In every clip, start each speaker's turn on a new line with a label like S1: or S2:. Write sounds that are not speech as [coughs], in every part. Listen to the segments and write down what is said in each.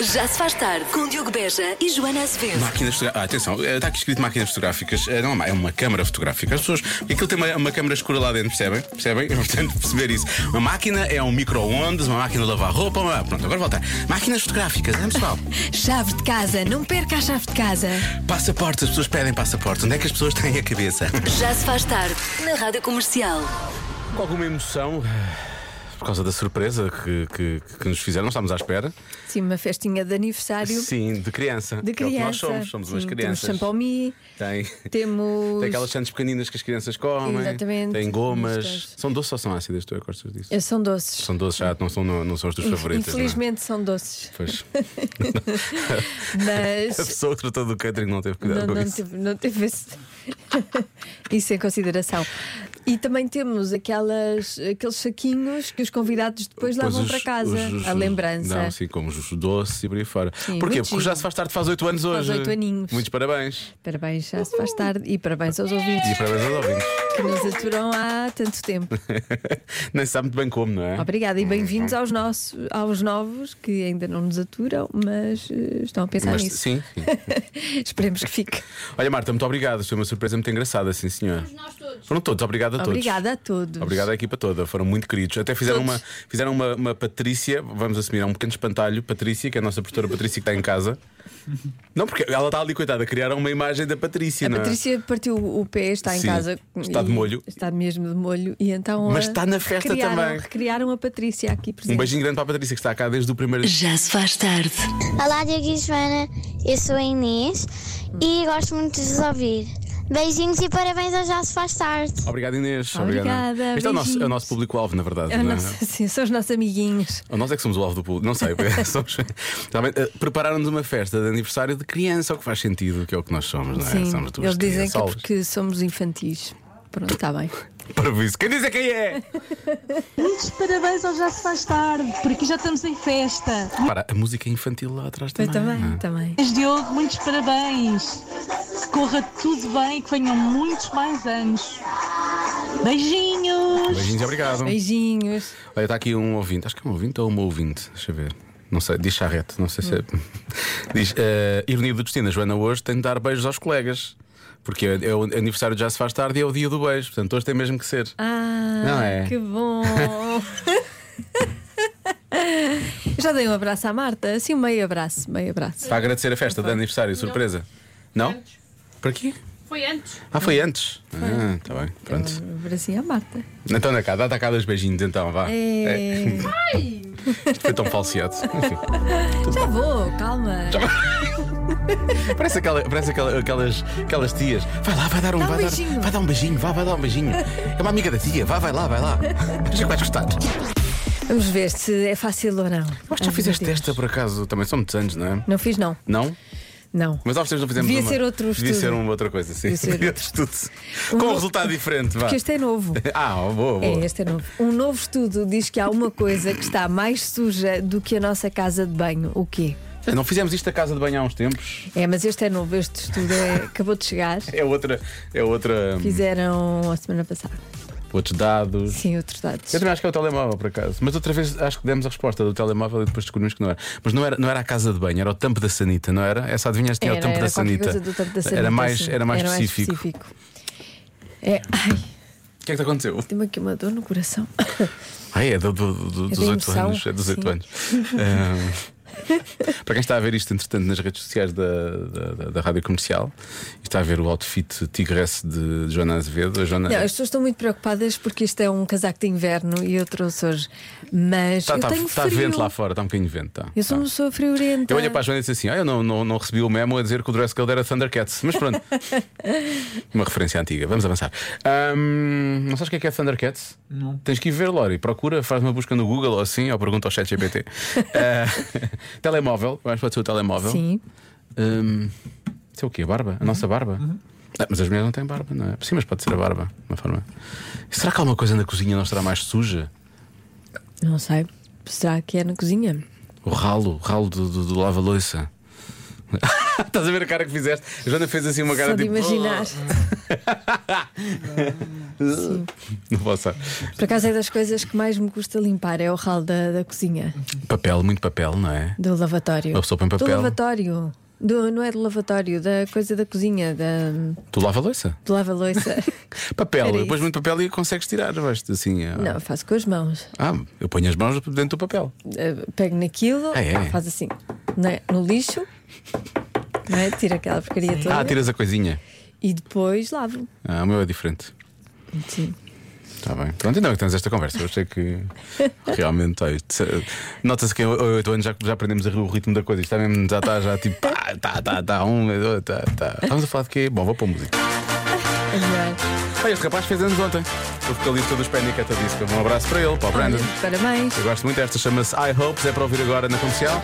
S1: Já se faz tarde com Diogo Beja e Joana Azevedo.
S2: Máquinas fotográficas. Ah, atenção, eh, está aqui escrito máquinas fotográficas. Eh, Não é uma- é uma câmara fotográfica. As pessoas. porque Aquilo tem uma, uma câmara escura lá dentro, percebem? Percebem? [laughs] É importante perceber isso. Uma máquina é um micro-ondas, uma máquina de lavar roupa. Uma... Pronto, agora voltar. Máquinas fotográficas, é pessoal.
S3: Chave de casa, não perca a chave de casa.
S2: Passaportes, as pessoas pedem passaporte. Onde é que as pessoas têm a cabeça?
S1: Já se faz tarde na Rádio Comercial.
S2: [laughs] Com alguma emoção. Por causa da surpresa que, que, que nos fizeram, não estávamos à espera.
S3: Sim, uma festinha de aniversário
S2: Sim, de criança.
S3: de
S2: Que é o que
S3: criança.
S2: nós somos, somos umas
S3: Sim,
S2: crianças.
S3: Temos um- champomi,
S2: Tem. [laughs]
S3: temos.
S2: Tem aquelas chantes pequeninas que as crianças comem.
S3: Exatamente.
S2: Tem
S3: Estas.
S2: gomas. São doces ou são ácidas? Tu acordas disso?
S3: Eh, São doces.
S2: São doces, já não são, não, não são as tuas favoritas. não é?
S3: Infelizmente são doces.
S2: Pois. [laughs] A
S3: Mas.
S2: pessoa que tratou do catering não teve cuidado
S3: Não,
S2: com
S3: não
S2: isso.
S3: teve, não teve esse- [laughs] isso em consideração. E também temos aquelas, aqueles saquinhos que os convidados depois
S2: Pois
S3: levam
S2: os-
S3: para casa,
S2: os- os-
S3: a lembrança.
S2: Não, sim, como os doces e por aí fora.
S3: Sim,
S2: Porquê?
S3: muito
S2: Porque já
S3: giro.
S2: se faz tarde, faz 8 anos hoje.
S3: oito aninhos.
S2: Muitos parabéns.
S3: Parabéns, já se faz tarde. E parabéns aos
S2: E
S3: ouvintes
S2: parabéns aos ouvintes. [laughs]
S3: que nos aturam há tanto tempo.
S2: Nem se sabe muito bem como, não é?
S3: Obrigada e bem-vindos aos, nossos, aos novos que ainda não nos aturam, mas eh, estão a pensar
S2: Mas
S3: nisso.
S2: sim, sim.
S3: [laughs] Esperemos que fique.
S2: Olha, Marta, muito obrigado. Foi uma surpresa muito engraçada, sim, senhor.
S4: Nós todos.
S2: Foram todos, obrigado a todos.
S3: Obrigada a todos.
S2: Obrigado à equipa toda, foram muito queridos. Até fizeram,
S3: Todos.
S2: uma, fizeram uma, uma Patrícia, vamos assumir, é um pequeno espantalho, Patrícia, que é a nossa produtora Patrícia que está em casa. Não, porque ela está ali, coitada, criaram uma imagem da Patrícia,
S3: A
S2: não é?
S3: Patrícia partiu o pé, está em
S2: Sim,
S3: casa.
S2: está de
S3: e-
S2: molho.
S3: Está mesmo de molho. E então
S2: Mas
S3: a-
S2: está na festa
S3: recriaram-
S2: também.
S3: Recriaram a Patrícia aqui presente.
S2: Um beijinho grande para a Patrícia, que está cá desde o primeiro dia.
S1: Já se faz tarde.
S5: Olá, Diogo e Joana. Eu sou a Inês e gosto muito de vos ouvir. Beijinhos e parabéns ao Já Se Faz Tarde.
S2: Obrigado, Inês.
S3: Obrigada,
S2: Obrigado. Este é o nosso, é o
S3: beijinhos.
S2: nosso público-alvo, na verdade.
S3: É o
S2: não é?
S3: nosso- [laughs] sim, são os nossos amiguinhos.
S2: Nós é que somos o alvo do público,
S3: [laughs]
S2: não sei. [laughs] somos- Realmente, eh, Prepararam-nos uma festa de aniversário de criança, o que faz sentido, que é o que nós somos, não é?
S3: Sim,
S2: somos duas
S3: eles dizem que é
S2: criançolas.
S3: porque somos infantis. Pronto,
S2: [laughs]
S3: está bem.
S2: Para isso. Quem diz é quem é?
S6: Muitos parabéns ao Já Se Faz Tarde, porque já estamos em festa.
S2: Para, a música infantil lá atrás
S3: Eu
S2: também. não é?
S3: também, também.
S6: Mas Diogo, muitos parabéns. Que corra tudo bem, que venham muitos mais anos. Beijinhos!
S2: Beijinhos e obrigado.
S3: Beijinhos.
S2: Olha, está aqui um ouvinte, acho que é um ouvinte ou uma ouvinte, deixa eu ver. Não sei, diz charrete, não sei se é. [laughs] Diz, eh, ironia do destino, a Joana hoje tem de dar beijos aos colegas, porque é, é o aniversário de já se faz tarde e é o dia do beijo, portanto hoje tem mesmo que ser.
S3: Ah,
S2: Não é? [laughs]
S3: que bom! Já dei um abraço à Marta, assim um meio abraço, meio abraço.
S2: Para agradecer a festa de aniversário, surpresa. Não? Para quê?
S4: Foi antes.
S2: Ah, foi antes. Ah, está bem, pronto.
S3: Um abracinho à Marta.
S2: Então, dá cá, dá cá dois beijinhos, então, vá. É,
S3: É...
S2: isto foi tão falseado. Enfim.
S3: Já vou, calma.
S2: Parece, aquela, parece aquela- aquelas, aquelas tias. Vai lá, vai dar um,
S3: Dá um
S2: vai
S3: beijinho.
S2: dar, vai dar um beijinho, vai, vai dar um beijinho. É uma amiga da tia, vai, vai lá, vai lá. Acho que vais gostar.
S3: Vamos ver se é fácil ou não.
S2: Mas tu
S3: Ai,
S2: fizeste
S3: meu Deus.
S2: esta por acaso, também são muitos anos, não é?
S3: Não fiz, não.
S2: Não?
S3: Não.
S2: Mas aos três não fizemos
S3: Devia
S2: uma.
S3: ser outro
S2: Devia
S3: estudo.
S2: ser uma outra coisa, sim.
S3: Devia ser outro
S2: estudo.
S3: Um
S2: Com um
S3: novo-
S2: resultado diferente, vá.
S3: Porque este é novo.
S2: [laughs] Ah, boa, boa.
S3: É, este é novo. Um novo estudo diz que há uma coisa que está mais suja do que a nossa casa de banho. O quê?
S2: Não fizemos isto a casa de banho há uns tempos.
S3: É, mas este é novo, este estudo é- acabou de chegar.
S2: É outra. É outra.
S3: Fizeram a semana passada.
S2: Outros dados.
S3: Sim, outros dados.
S2: Eu também acho que é o telemóvel, por acaso. Mas outra vez acho que demos a resposta do telemóvel e depois descobrimos que não era. Mas não era, não era a casa de banho, era o tampo da sanita, não era? É Essa adivinhaste tinha o tampo da
S3: qualquer
S2: sanita.
S3: coisa do tampo da sanita, assim.
S2: Era mais,
S3: sim.
S2: era mais específico.
S3: É, ai,
S2: O que é que te aconteceu?
S3: tenho aqui uma dor no
S2: [laughs]
S3: coração.
S2: Ah, é do- do- do- dos
S3: da
S2: 8
S3: emoção,
S2: anos. É dos 8
S3: sim. [laughs]
S2: anos. Ahm, Para quem está a ver isto, entretanto, nas redes sociais da, da, da- da Rádio Comercial e está a ver o outfit tigresse de Joana Azevedo, a Joana
S3: Não, as pessoas estão muito preocupadas porque isto é um casaco de inverno e eu trouxe hoje. Mas
S2: está,
S3: eu
S2: está,
S3: tenho
S2: está
S3: frio.
S2: Tá, vento lá fora, está um bocadinho de vento. Está,
S3: Eu sou uma
S2: está.
S3: pessoa friorenta.
S2: Eu olhei para a Joana e disse assim: Ah, eu não, não, não recebi o memo a dizer que o dress code era Thundercats. Mas [laughs] pronto. Uma referência antiga. Vamos avançar. Ahm, não sabes o que é que é Thundercats? Não. Tens que ir ver, Lori. Procura, faz uma busca no Google ou assim, ou pergunta ao chat [laughs] GPT. telemóvel. Vais para o teu telemóvel.
S3: Sim.
S2: Ahm, isso é o quê? A barba? A nossa barba? Ah, mas as mulheres não têm barba, não é? Sim, mas pode ser a barba. de Uma forma. Será que alguma coisa na cozinha não estará mais suja?
S3: Não sei. Será que é na cozinha?
S2: O ralo, o ralo do, do, do [laughs] lava-loiça. tipo, Estás a ver a cara que fizeste? A Joana fez assim uma cara
S3: Só de
S2: tipo.
S3: imaginar.
S2: [laughs] Não posso.
S3: Por acaso é das coisas que mais me custa limpar, é o ralo da, da cozinha,
S2: Papel, muito papel, não é?
S3: do lavatório.
S2: Uma pessoa põe
S3: Do
S2: papel.
S3: lavatório. Do, não é do lavatório, da coisa da cozinha, da,
S2: Tu lava a louça.
S3: do lava-loiça.
S2: [laughs] Papel,
S3: Era
S2: depois
S3: isso.
S2: muito papel e consegues tirar, vais assim. ah,
S3: não, faço com as mãos.
S2: Ah, eu ponho as mãos dentro do papel.
S3: Eh, Pego naquilo,
S2: Ah, é?
S3: faz assim, não é? no lixo, não é? tira aquela porcaria toda
S2: Ah, tiras a coisinha.
S3: e depois lavo.
S2: Ah, o meu é diferente.
S3: Sim.
S2: Está bem. Pronto, ainda bem que temos esta conversa. Eu achei
S3: [laughs]
S2: que realmente. olha, se- Nota-se que em 8 anos já, já aprendemos a rir o ritmo da coisa. Isto está mesmo, já está, já tipo. Pá, tá, tá, tá, um, dois, tá, tá. Estamos a falar de quê? Bom, vou pôr música.
S3: É melhor.
S2: Olha, este rapaz fez anos ontem. O vocalista dos Panic! At the Disco. Um abraço para ele, para o Brandon.
S3: Olha, Parabéns.
S2: Eu gosto muito desta, chama-se I Hopes, é para ouvir agora na comercial.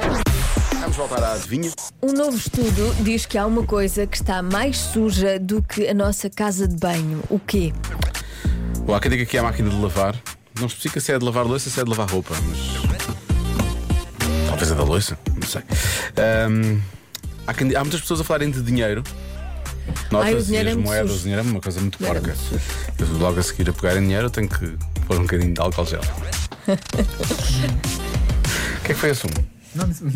S2: Vamos voltar à adivinha.
S3: Um novo estudo diz que há uma coisa que está mais suja do que a nossa casa de banho. O quê?
S2: Bom, há quem diga que é a máquina de lavar. Não especifica se é de lavar louça ou se é de lavar roupa, mas. Talvez a da louça, não sei. Ahm, há, quem- há muitas pessoas a falarem de dinheiro.
S3: Ai, o
S2: Notas
S3: dinheiro
S2: e
S3: é
S2: as
S3: muito
S2: moedas,
S3: sujo.
S2: o dinheiro é uma coisa muito
S3: Dinheiro é
S2: porca. Eu logo a seguir a pegar em dinheiro, eu tenho que pôr um bocadinho de álcool
S3: [laughs]
S2: gel. O que é que foi esse um?
S4: Não, disse- uhum.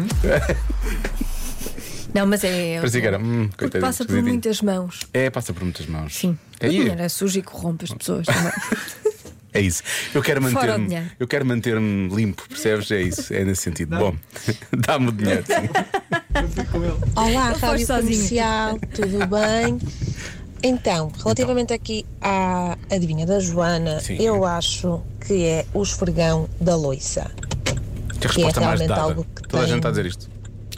S3: Não, mas é.
S2: Parecia que era. Hum,
S3: Porque
S2: coitadinho,
S3: passa por
S2: coitadinho.
S3: muitas mãos.
S2: É, passa por muitas mãos.
S3: Sim.
S2: É,
S3: o
S2: isso.
S3: dinheiro é sujo e corrompe as
S2: [laughs]
S3: pessoas também.
S2: É isso. Eu quero
S3: Fora o
S2: manter-me.
S3: dinheiro.
S2: Eu quero manter-me limpo, percebes? É isso. É nesse sentido. Bom, [laughs] dá-me o dinheiro. sim.
S4: Eu fico com ele.
S7: Olá,
S3: Não foste
S7: Rádio
S3: sozinha.
S7: Comercial, tudo bem? Então, relativamente aqui à adivinha da Joana,
S2: Sim.
S7: eu acho que é o esfregão da loiça.
S2: Que a resposta
S3: É
S2: mais
S7: realmente
S2: dada.
S7: algo que
S2: Toda a
S7: tem-
S2: gente está a dizer isto.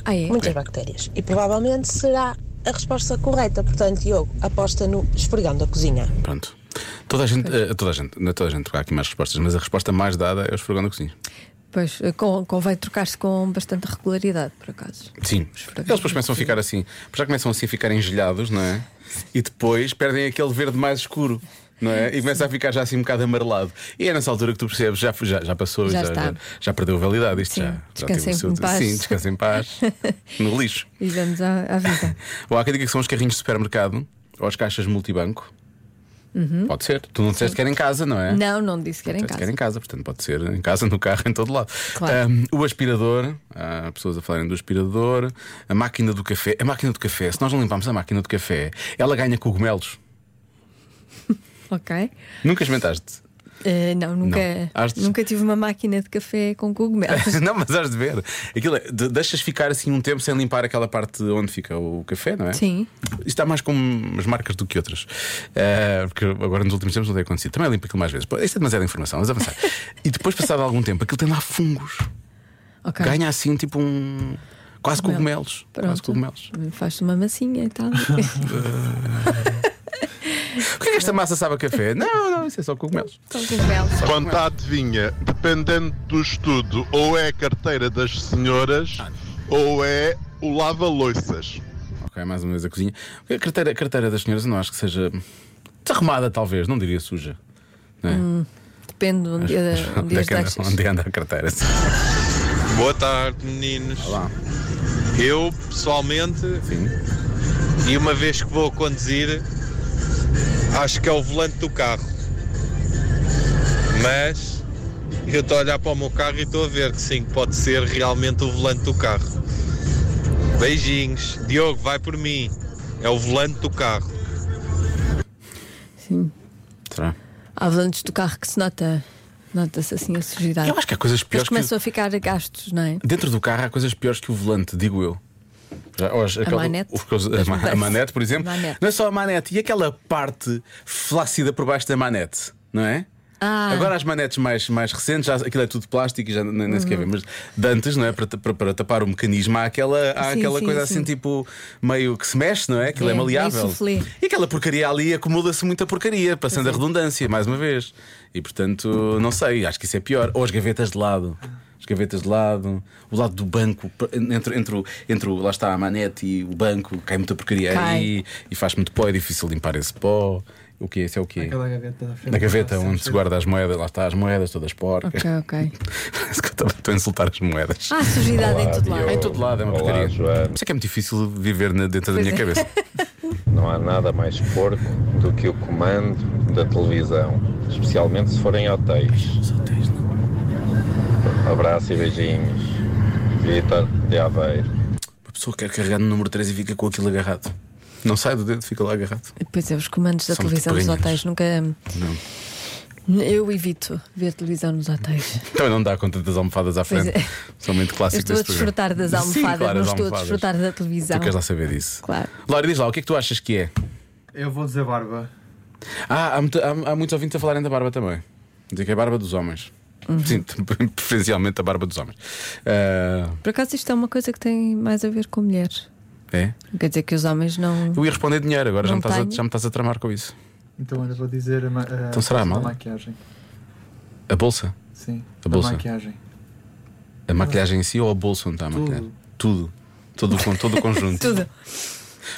S3: Ah, é?
S7: Muitas bactérias. E provavelmente será a resposta correta. Portanto, Diogo, aposta no esfregão da cozinha.
S2: Pronto. Toda a gente, eh, toda a gente, não é toda a gente, porque há aqui mais respostas, mas a resposta mais dada é o esfregão da cozinha.
S3: Pois, eh, com- convém trocar-se com bastante regularidade, por acaso.
S2: Sim.
S3: Esfregão
S2: Eles depois
S3: da
S2: começam a ficar assim, já começam assim a ficar engelhados, não é? E depois perdem aquele verde mais escuro. Não é? E começa a ficar já assim um bocado amarelado. E é nessa altura que tu percebes, já, já, já passou,
S3: Já
S2: já,
S3: está.
S2: já, já perdeu a validade. Isto
S3: Sim,
S2: já, já
S3: descansa
S2: teve o
S3: em
S2: seu-
S3: paz.
S2: Sim, descansa em
S3: [laughs]
S2: paz. no lixo.
S3: E vamos à, à vida.
S2: Ou há quem diga que são os carrinhos de supermercado ou as caixas multibanco.
S3: Uhum.
S2: Pode ser. Tu não disseste que era em casa, não é?
S3: Não, não disse que era em
S2: Disseste que era
S3: casa.
S2: em casa, portanto pode ser em casa, [laughs] no carro, em todo lado.
S3: Claro.
S2: Ahm, o aspirador, há pessoas a falarem do aspirador, a máquina do café. A máquina do café, se nós não limparmos a máquina do café, ela ganha cogumelos.
S3: Ok.
S2: Nunca experimentaste? [laughs]
S3: Eh, não, nunca,
S2: Não. Hás de-
S3: nunca tive uma máquina de café com
S2: [laughs]
S3: cogumelos.
S2: não, mas has de ver. Aquilo é, de- deixas ficar assim um tempo sem limpar aquela parte onde fica o café, não é?
S3: Sim.
S2: Isto está mais com umas marcas do que outras. Ah, porque agora nos últimos tempos não tem acontecido. Também limpo aquilo mais vezes. Pô, Isto é demasiada informação, vamos
S3: [laughs]
S2: avançar. e depois, passado algum tempo, aquilo tem lá fungos.
S3: Ok.
S2: Ganha assim tipo um. Quase cogumelos. Quase
S3: Pronto.
S2: cogumelos.
S3: Faz-te uma massinha e
S2: [laughs]
S3: tal.
S2: Porquê que esta massa sabe a
S3: [laughs]
S2: café? não, não, isso é só cogumelos.
S3: com cogumelos.
S8: Quanto à adivinha, dependendo do estudo, ou é a carteira das senhoras ou é o lava-loiças.
S2: Ok, mais uma vez a cozinha. A carteira, a carteira das senhoras eu não acho que seja desarrumada, talvez, não diria suja. não é?
S3: Depende de onde, de onde
S2: é
S3: as
S2: que anda,
S3: deixas.
S2: onde anda a carteira? sim.
S9: Boa tarde, meninos.
S2: Olá.
S9: Eu, pessoalmente,
S2: Sim.
S9: e uma vez que vou conduzir, acho que é o volante do carro. Mas eu estou a olhar para o meu carro e estou a ver que sim, que pode ser realmente o volante do carro. Beijinhos. Diogo, vai por mim. É o volante do carro.
S2: é?
S3: Sim.
S2: Será?
S3: Há volantes do carro que se nota. Nota-se assim a sujidade.
S2: Eu acho que há coisas
S3: Depois
S2: piores que.
S3: começam a ficar gastos, não é?
S2: Dentro do carro há coisas piores que o volante, digo eu. Já- ou as-
S3: manete?
S2: os- os- a,
S3: As
S2: ma-
S3: mudanças.
S2: a manete, por exemplo.
S3: Manete.
S2: Não é só a manete, e aquela parte flácida por baixo da manete, não é?
S3: Ah.
S2: Agora as manetes mais, mais recentes, já, aquilo é tudo plástico e já nem, nem
S3: Uhum.
S2: sequer vê, mas de antes, não é? Para, ta- para, para tapar o mecanismo, há aquela, há
S3: Sim,
S2: aquela
S3: sim,
S2: coisa
S3: sim.
S2: assim tipo meio que se mexe, não é? Aquilo é,
S3: É, meio
S2: maleável.
S3: soufflé.
S2: E aquela porcaria ali acumula-se muita porcaria, passando a redundância, mais uma vez. E portanto, não sei, acho que isso é pior. Ou as gavetas de lado. As gavetas de lado, o lado do banco, entre, entre, o- entre o- lá está a manete e o banco, cai muita porcaria
S3: Cai.
S2: aí e faz muito pó, é difícil limpar esse pó. O que é? Esse é o quê?
S4: Aquela gaveta da frente. Ah,
S2: Na gaveta
S4: Está sempre
S2: onde se
S4: cheia.
S2: guarda as moedas, lá está as moedas todas porcas.
S3: Ok, ok.
S2: [laughs] Parece que eu também estou a insultar as moedas.
S3: Há sujidade em todo lado. é. [laughs]
S2: Em todo lado é uma porcaria. Por isso é que é muito difícil viver na- dentro da minha cabeça.
S10: Não há nada mais porco do que o comando da televisão, especialmente se forem hotéis. Abraço e beijinhos. Vitor de Aveiro.
S2: Uma pessoa quer carregar no número 3 e fica com aquilo agarrado. Não sai do dedo, fica lá agarrado.
S3: Pois é, os comandos da
S2: São
S3: televisão dos
S2: terrinhos.
S3: hotéis nunca.
S2: Não.
S3: Eu evito ver televisão nos hotéis.
S2: Também não dá conta das almofadas à
S3: Pois
S2: frente.
S3: é.
S2: São muito
S3: Eu
S2: clássicos
S3: estou a
S2: desse programa.
S3: desfrutar das
S2: Sim,
S3: almofadas,
S2: claro,
S3: não
S2: as
S3: estou a
S2: almofadas.
S3: desfrutar da televisão.
S2: Tu queres lá saber disso?
S3: Claro.
S2: Laura, diz lá, o que é que tu achas que é?
S4: Eu vou dizer barba.
S2: Ah, há, muita- há- há muitos ouvintes a falarem da barba também. Dizem que é a barba dos homens.
S3: Uhum.
S2: Sim, [laughs] preferencialmente a barba dos homens. Ah,
S3: Por acaso isto é uma coisa que tem mais a ver com mulheres.
S2: é?
S3: Não quer dizer que os homens não.
S2: Eu ia responder dinheiro, agora já me,
S3: Não
S2: estás a,
S3: tenho.
S2: já me estás a tramar com isso.
S4: Então eu vou dizer a, ma- a-
S2: Então será a mala?
S4: maquiagem.
S2: A bolsa?
S4: Sim.
S2: A bolsa?
S4: maquiagem.
S2: A maquilhagem em si ou a bolsa onde está a
S4: Tudo.
S2: maquilhar? Tudo. Tudo, com todo o conjunto.
S3: [laughs] Tudo.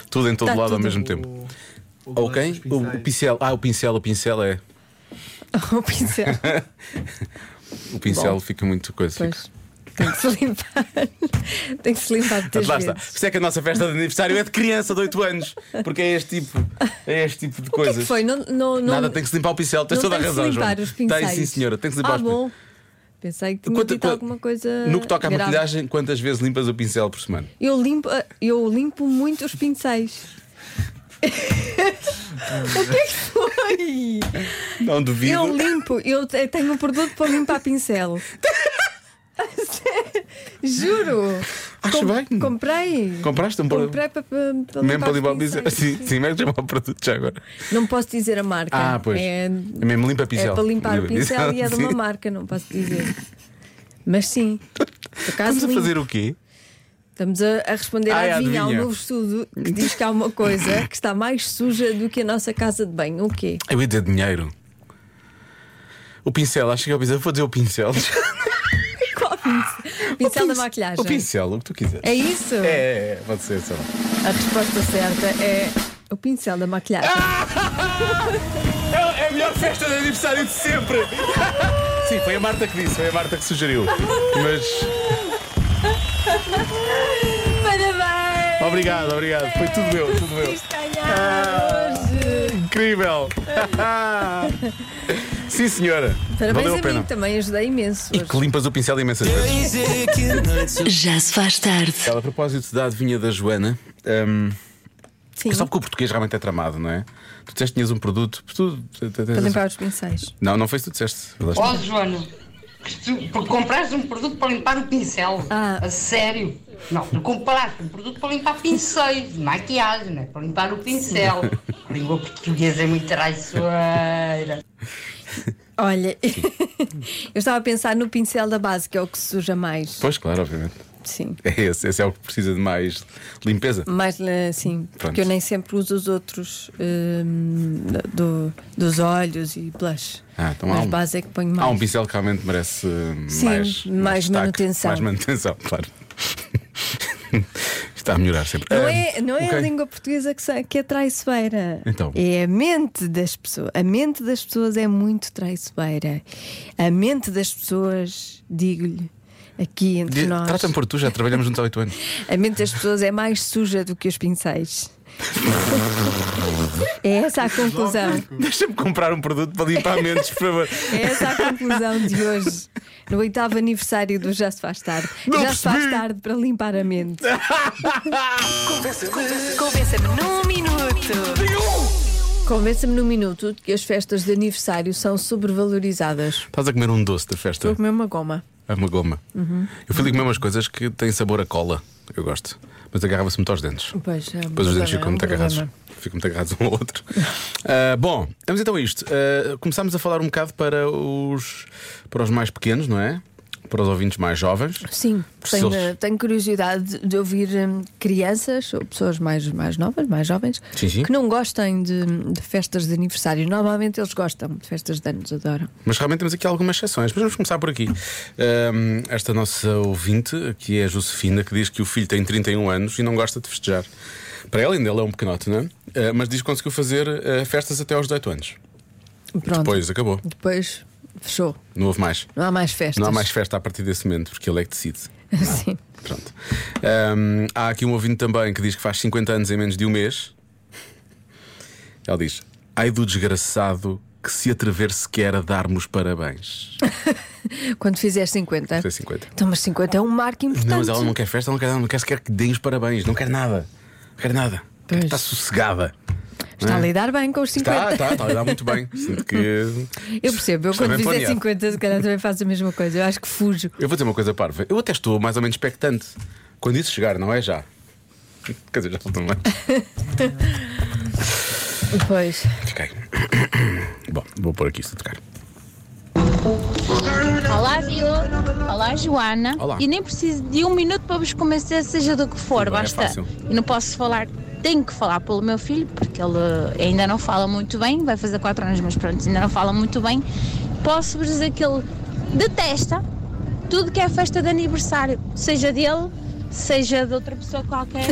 S2: Tudo em todo
S3: Tá
S2: lado ao
S3: tudo.
S2: mesmo tempo.
S4: O,
S2: Ou
S4: blush,
S2: quem?
S4: os
S2: O,
S4: pincéis.
S2: o pincel. Ah, o pincel, o pincel é. [laughs]
S3: O pincel.
S2: O pincel
S3: Bom.
S2: fica muito coisa. Fica.
S3: Pois. Tem que se limpar. [laughs] Tem que se limpar de
S2: Mas lá
S3: vezes.
S2: está. Por isso é que a nossa festa de aniversário é de criança de 8 anos. Porque é este tipo, é este tipo de
S3: O que é
S2: coisas.
S3: que foi? Não, não, não,
S2: Nada, tem que se limpar o pincel, tens
S3: não
S2: toda a
S3: tem que se
S2: razão,
S3: limpar
S2: João.
S3: os pincéis.
S2: Tem sim, senhora, tem que se limpar
S3: Ah,
S2: os pincéis.
S3: bom. Pensei que tinha
S2: Quanto-
S3: dito
S2: qua-
S3: alguma coisa.
S2: No que toca à
S3: grave.
S2: maquilhagem, quantas vezes limpas o pincel por semana?
S3: Eu limpo, eh, eu limpo muito os pincéis. [laughs] o que é que foi?
S2: Não duvido.
S3: Eu limpo, eu te- tenho um produto para
S2: [laughs]
S3: limpar pincel. Juro!
S2: Acho bem.
S3: Comprei!
S2: Compraste um produto?
S3: Comprei para, para, para
S2: Mesmo para
S3: os
S2: limpar o pincel.
S3: pincéis.
S2: Sim, sim, mesmo chamar o produto já agora.
S3: Não posso dizer a marca.
S2: Ah, pois.
S3: É,
S2: É mesmo limpa pincel.
S3: é para limpar o
S2: Limpa
S3: pincel e é de
S2: [laughs]
S3: uma
S2: sim.
S3: marca, não posso dizer. Mas sim, por acaso
S2: Estamos a
S3: limpo.
S2: fazer o quê?
S3: Estamos a, a responder
S2: Ai,
S3: à adivinha, ao
S2: adivinha.
S3: novo estudo que diz que há uma coisa que está mais suja do que a nossa casa de banho. O quê?
S2: Eu ia dizer dinheiro. O pincel, acho que eu pensei, vou dizer o pincel.
S3: Qual pincel? Pincel da maquilhagem.
S2: O pincel, o que tu quiseres.
S3: É isso?
S2: É, é, pode ser, sei lá.
S3: A resposta certa é o pincel da maquilhagem.
S2: É, é a melhor festa de aniversário de sempre! [laughs] Sim, foi a Marta que disse, foi a Marta que sugeriu. Mas
S3: Parabéns!
S2: obrigado, obrigado. Foi tudo meu, tudo meu.
S3: Isto ganhar hoje! [laughs]
S2: Incrível! Sim, senhora.
S3: Parabéns
S2: Valeu
S3: a
S2: a pena.
S3: mim, também ajudei imenso.
S2: E que limpas o pincel imensas vezes.
S1: Já se faz tarde.
S2: A propósito da adivinha da Joana, hum,
S3: Sim,
S2: só porque o português realmente é tramado, não é? Tu disseste que tinhas um produto. Tu, tu- tu-
S3: para limpar os pincéis.
S2: Não, não foi isso que tu disseste. Falaste-
S3: Oh!
S11: Ó Joana, que tu- porque compraste um produto para limpar o pincel.
S3: Ah.
S11: A sério. Não, tu compraste um produto para limpar pincéis, de maquiagem, né? para limpar o pincel. A língua portuguesa é muito traiçoeira.
S3: Olha, [laughs] eu estava a pensar no pincel da base, que é o que suja mais.
S2: Pois, claro, obviamente.
S3: Sim.
S2: É esse, esse é o que precisa de mais limpeza.
S3: Mais eh, sim, porque eu nem sempre uso os outros hum, do, dos olhos e blush.
S2: Ah, então há
S3: Mas
S2: um-
S3: base é que ponho
S2: Há
S3: mais.
S2: um pincel que realmente merece uh,
S3: Sim,
S2: mais,
S3: mais
S2: destaque,
S3: manutenção.
S2: Mais manutenção, claro. [laughs] Está a melhorar sempre.
S3: Não
S2: Ah,
S3: é, não é
S2: ok.
S3: a língua portuguesa que, sa- que é traiçoeira.
S2: Então.
S3: É a mente das pessoas. A mente das pessoas é muito traiçoeira. A mente das pessoas, digo-lhe, aqui entre
S2: Di-
S3: nós,
S2: Trata-me por tu, já trabalhamos juntos há 8
S3: [laughs]
S2: anos.
S3: a mente das pessoas é mais suja do que os
S2: [laughs]
S3: pincéis. é essa a conclusão.
S2: Deixa-me comprar um produto para limpar mentes, por favor.
S3: É essa a conclusão de hoje. No oitavo aniversário do Já se faz tarde.
S2: Não
S3: Já se
S2: percebi.
S3: faz tarde para limpar a mente.
S1: Convença-me num minuto.
S3: Convença-me num minuto que as festas de aniversário são sobrevalorizadas.
S2: Estás a comer um doce da festa,
S3: Vou comer Uhum. uma goma.
S2: é uma goma. Eu fui ali comer umas coisas que têm sabor a cola, eu gosto, mas agarrava-se muito aos dentes.
S3: Pois, é um
S2: Depois os
S3: problema,
S2: dentes
S3: é
S2: ficam
S3: um
S2: muito agarrados.
S3: problema.
S2: Ficam muito agarrados um ao outro. Ah, bom, vamos então a isto. Ah, começámos a falar um bocado para os, para os mais pequenos, não é? Para os ouvintes mais jovens.
S3: Sim,
S2: Se
S3: tenho,
S2: eles-
S3: tenho curiosidade de ouvir hum, crianças ou pessoas mais, mais novas, mais jovens,
S2: Sim, sim.
S3: que não gostem de, de festas de aniversário. Normalmente eles gostam de festas de anos, adoram.
S2: Mas realmente temos aqui algumas exceções. Mas vamos começar por aqui. Ahm, esta nossa ouvinte, que é a Josefina, que diz que o filho tem 31 anos e não gosta de festejar. Para ela ainda ele é um pequenote, não é? Ah, mas diz que conseguiu fazer ah, festas até aos 18 anos.
S3: Pronto.
S2: Depois acabou.
S3: Depois fechou.
S2: Não houve mais.
S3: Não há mais festas.
S2: Não há
S3: [laughs]
S2: mais festa a partir desse momento, porque ele é que decide.
S3: Sim.
S2: Pronto. Ahm, há aqui um ouvinte também que diz que faz 50 anos em menos de um mês. Ela diz: Ai do desgraçado que se atrever sequer a dar-me os parabéns.
S3: Quando fizer 50.
S2: Isso é 50.
S3: Então, mas 50 é um marco importante.
S2: Não, mas ela não quer festa, não quer nada, não quer sequer que deem os parabéns, não quer nada. Não quer nada. Quer-
S3: Pois.
S2: Está sossegada.
S3: Está a
S2: Não é?
S3: lidar bem com os 50.
S2: Está, está, está a lidar muito bem. Sinto que.
S3: [laughs] Eu percebo, eu
S2: Está
S3: quando
S2: bem
S3: fizer
S2: planeado.
S3: 50, se calhar também faço a mesma coisa. Eu acho que fujo.
S2: Eu vou dizer uma coisa parva. Eu até estou mais ou menos expectante. Quando isso chegar, não é já? Quer dizer, já faltam mais.
S3: Pois.
S2: Fiquei. [coughs] Bom, vou pôr aqui isto a tocar.
S12: Olá, Diogo. Olá, Joana.
S2: Olá.
S12: E nem preciso de um minuto para vos convencer, seja do que for,
S2: Não é
S12: basta.
S2: fácil.
S12: e não posso falar, tenho que falar pelo meu filho, porque ele ainda não fala muito bem, vai fazer 4 anos, mas pronto, ainda não fala muito bem. Posso vos dizer que ele detesta tudo que é festa de aniversário, seja dele, seja de outra pessoa qualquer.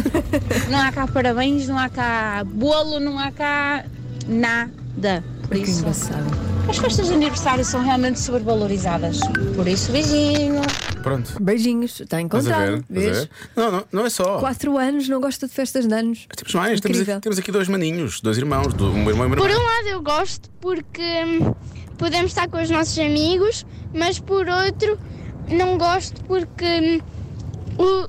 S12: não há cá parabéns, não há cá bolo, não há cá nada. Por isso, as festas de aniversário são realmente sobrevalorizadas. Por isso, beijinho.
S2: Pronto.
S3: Beijinhos, tá está
S2: Estás a
S3: encontrado.
S2: ver? Estás a ver? Não, não, não é só.
S3: 4 anos, não gosta de festas de anos. [laughs]
S2: Temos mais, temos
S3: Incrível.
S2: aqui, temos aqui dois maninhos, dois irmãos, do- um irmão e uma
S5: Por
S2: irmã.
S5: um lado eu gosto porque hum, podemos estar com os nossos amigos, mas por outro não gosto porque hum, o-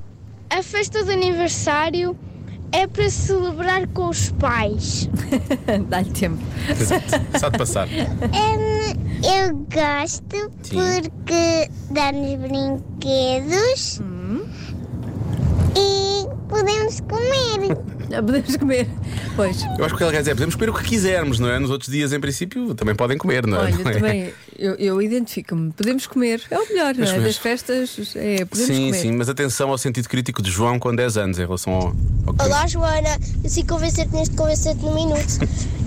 S5: a festa de aniversário é para celebrar com os pais.
S3: Dá-lhe tempo.
S2: [laughs]
S3: um?
S2: Está de passar.
S13: eu gosto
S2: Sim.
S13: porque dá-nos brinquedos e podemos comer.
S3: Podemos comer. Pois.
S2: Eu acho que o que ela quer dizer é podemos comer o que quisermos, não é? Nos outros dias, em princípio, também podem comer, não é?
S3: Olha,
S2: Não é?
S3: também eu, eu identifico-me. Podemos comer. É o melhor, não
S2: Mas
S3: é?
S2: comer.
S3: Das festas, é, podemos
S2: Sim,
S3: comer.
S2: sim, mas atenção ao sentido crítico de João com 10 anos em relação ao. ao que-
S13: Olá, Joana. Eu sei convencer-te neste convencer-te num minuto.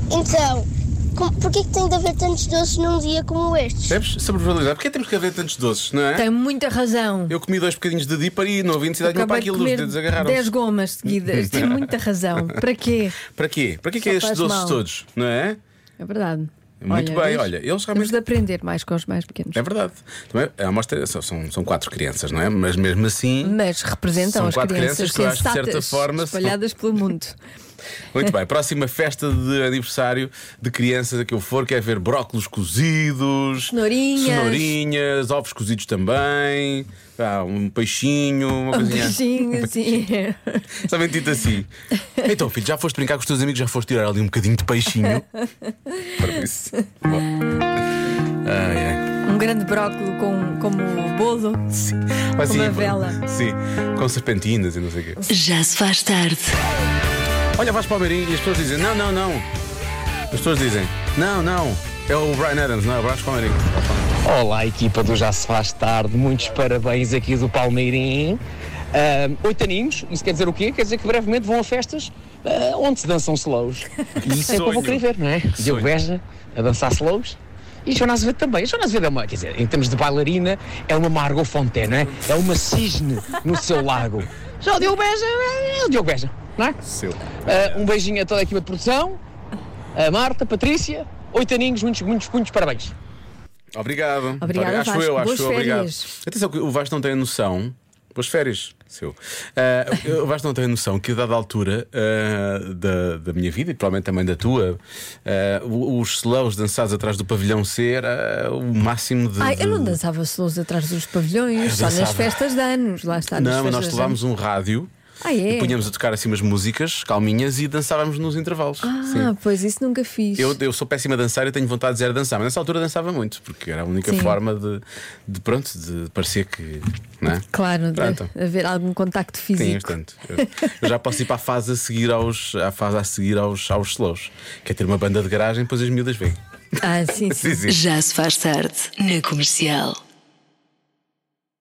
S13: Então, com, porquê que tem de haver tantos doces num dia como este?
S2: Percebes? Sobrevalorizar. Porquê temos é que haver tantos doces, não é?
S3: Tem muita razão.
S2: Eu comi dois bocadinhos de Dipper e não havia necessidade nenhuma para
S3: Acabei de
S2: aquilo, os
S3: comer
S2: um dedos
S3: 10
S2: agarraram-se.
S3: gomas seguidas. Tem muita razão. Para quê?
S2: Para quê? Para quê que
S3: Só
S2: é estes
S3: faz
S2: doces
S3: mal.
S2: todos, não é?
S3: É verdade.
S2: Muito bem,
S3: vês?
S2: olha, eles
S3: Temos de aprender mais com os mais pequenos.
S2: É verdade. Também, a amostra são, são, são quatro crianças, não é? Mas mesmo assim.
S3: Mas representam
S2: São
S3: as
S2: quatro
S3: crianças,
S2: crianças que eu acho que, de certa
S3: sensatas,
S2: forma, são-
S3: espalhadas pelo
S2: [laughs]
S3: mundo.
S2: Muito bem, próxima festa de aniversário de crianças a que eu for, quer ver brócolos cozidos,
S3: Cenourinhas.
S2: cenourinhas, ovos cozidos também, ah, um peixinho, uma
S3: Um
S2: coisinha.
S3: beijinho, assim.
S2: Sabem dito assim. Então, filho, já foste brincar com os teus amigos, já foste tirar ali um bocadinho de peixinho. Para isso. Bom. Ai, ai.
S3: Um grande brócolo com, como o bolo.
S2: Mas
S3: Com uma
S2: sim,
S3: vela.
S2: Sim, com serpentinas e não sei o quê.
S1: Já se faz tarde.
S2: Olha, vais para o Meirinho e as pessoas dizem: não, não, não. As pessoas dizem: não, não. É o Brian Adams, não é o Brian Palmeirinho.
S14: Olá, equipa do Já Se Faz Tarde, muitos parabéns aqui do Palmeirim. Ahm, oito aninhos, isso quer dizer o quê? Quer dizer que brevemente vão a festas ah, onde se dançam
S15: [laughs]
S14: slows. E isso é o que eu vou
S15: Sonho.
S14: querer ver, não é? Diogo Beja a dançar slows. E Joana Azevedo também. A Joana Azevedo é uma, quer dizer, em termos de bailarina, é uma Margot Fontaine, não é? É uma cisne no seu lago. Já o Diogo Beja é o Diogo Beja, não é?
S2: Seu.
S14: Ah, um beijinho a toda a equipa de produção, a Marta, Patrícia, oito aninhos, muitos, muitos, muitos parabéns.
S2: Obrigado.
S14: Obrigada,
S2: acho
S14: Vasco.
S2: eu, acho
S14: Boas
S2: eu, obrigado.
S14: férias.
S2: Atenção, que o Vasco não tem a noção. Boas férias, seu. Ah, o Vasco não tem a noção que, a dada altura ah, da, da minha vida e provavelmente também da tua, ah, o- os slows dançados atrás do pavilhão C era o máximo de.
S3: Ai, eu não
S2: de-
S3: dançava solos atrás dos pavilhões,
S2: Eu
S3: só nas
S2: É, dançava.
S3: festas de anos. Lá está. nas
S2: Não, mas
S3: festas
S2: nós
S3: de
S2: levámos
S3: anos.
S2: um rádio
S3: Ah, é?
S2: e punhamos a tocar assim umas músicas calminhas e dançávamos nos intervalos.
S3: Ah,
S2: Sim.
S3: pois isso nunca fiz.
S2: Eu, eu sou péssima a dançar e tenho vontade de zero dançar, mas nessa altura dançava muito, porque era a única
S3: Sim.
S2: forma de, de pronto, de parecer que. Não é?
S3: Claro, de
S2: Pronto.
S3: haver algum contacto
S2: Sim,
S3: físico.
S2: portanto, eu- eu já posso ir para a fase a seguir aos, à fase a seguir aos, aos slows, que é ter uma banda de garagem, depois as miúdas vêm.
S3: Ah, sim, sim.
S2: Sim, sim.
S1: Já se faz tarde. Na comercial.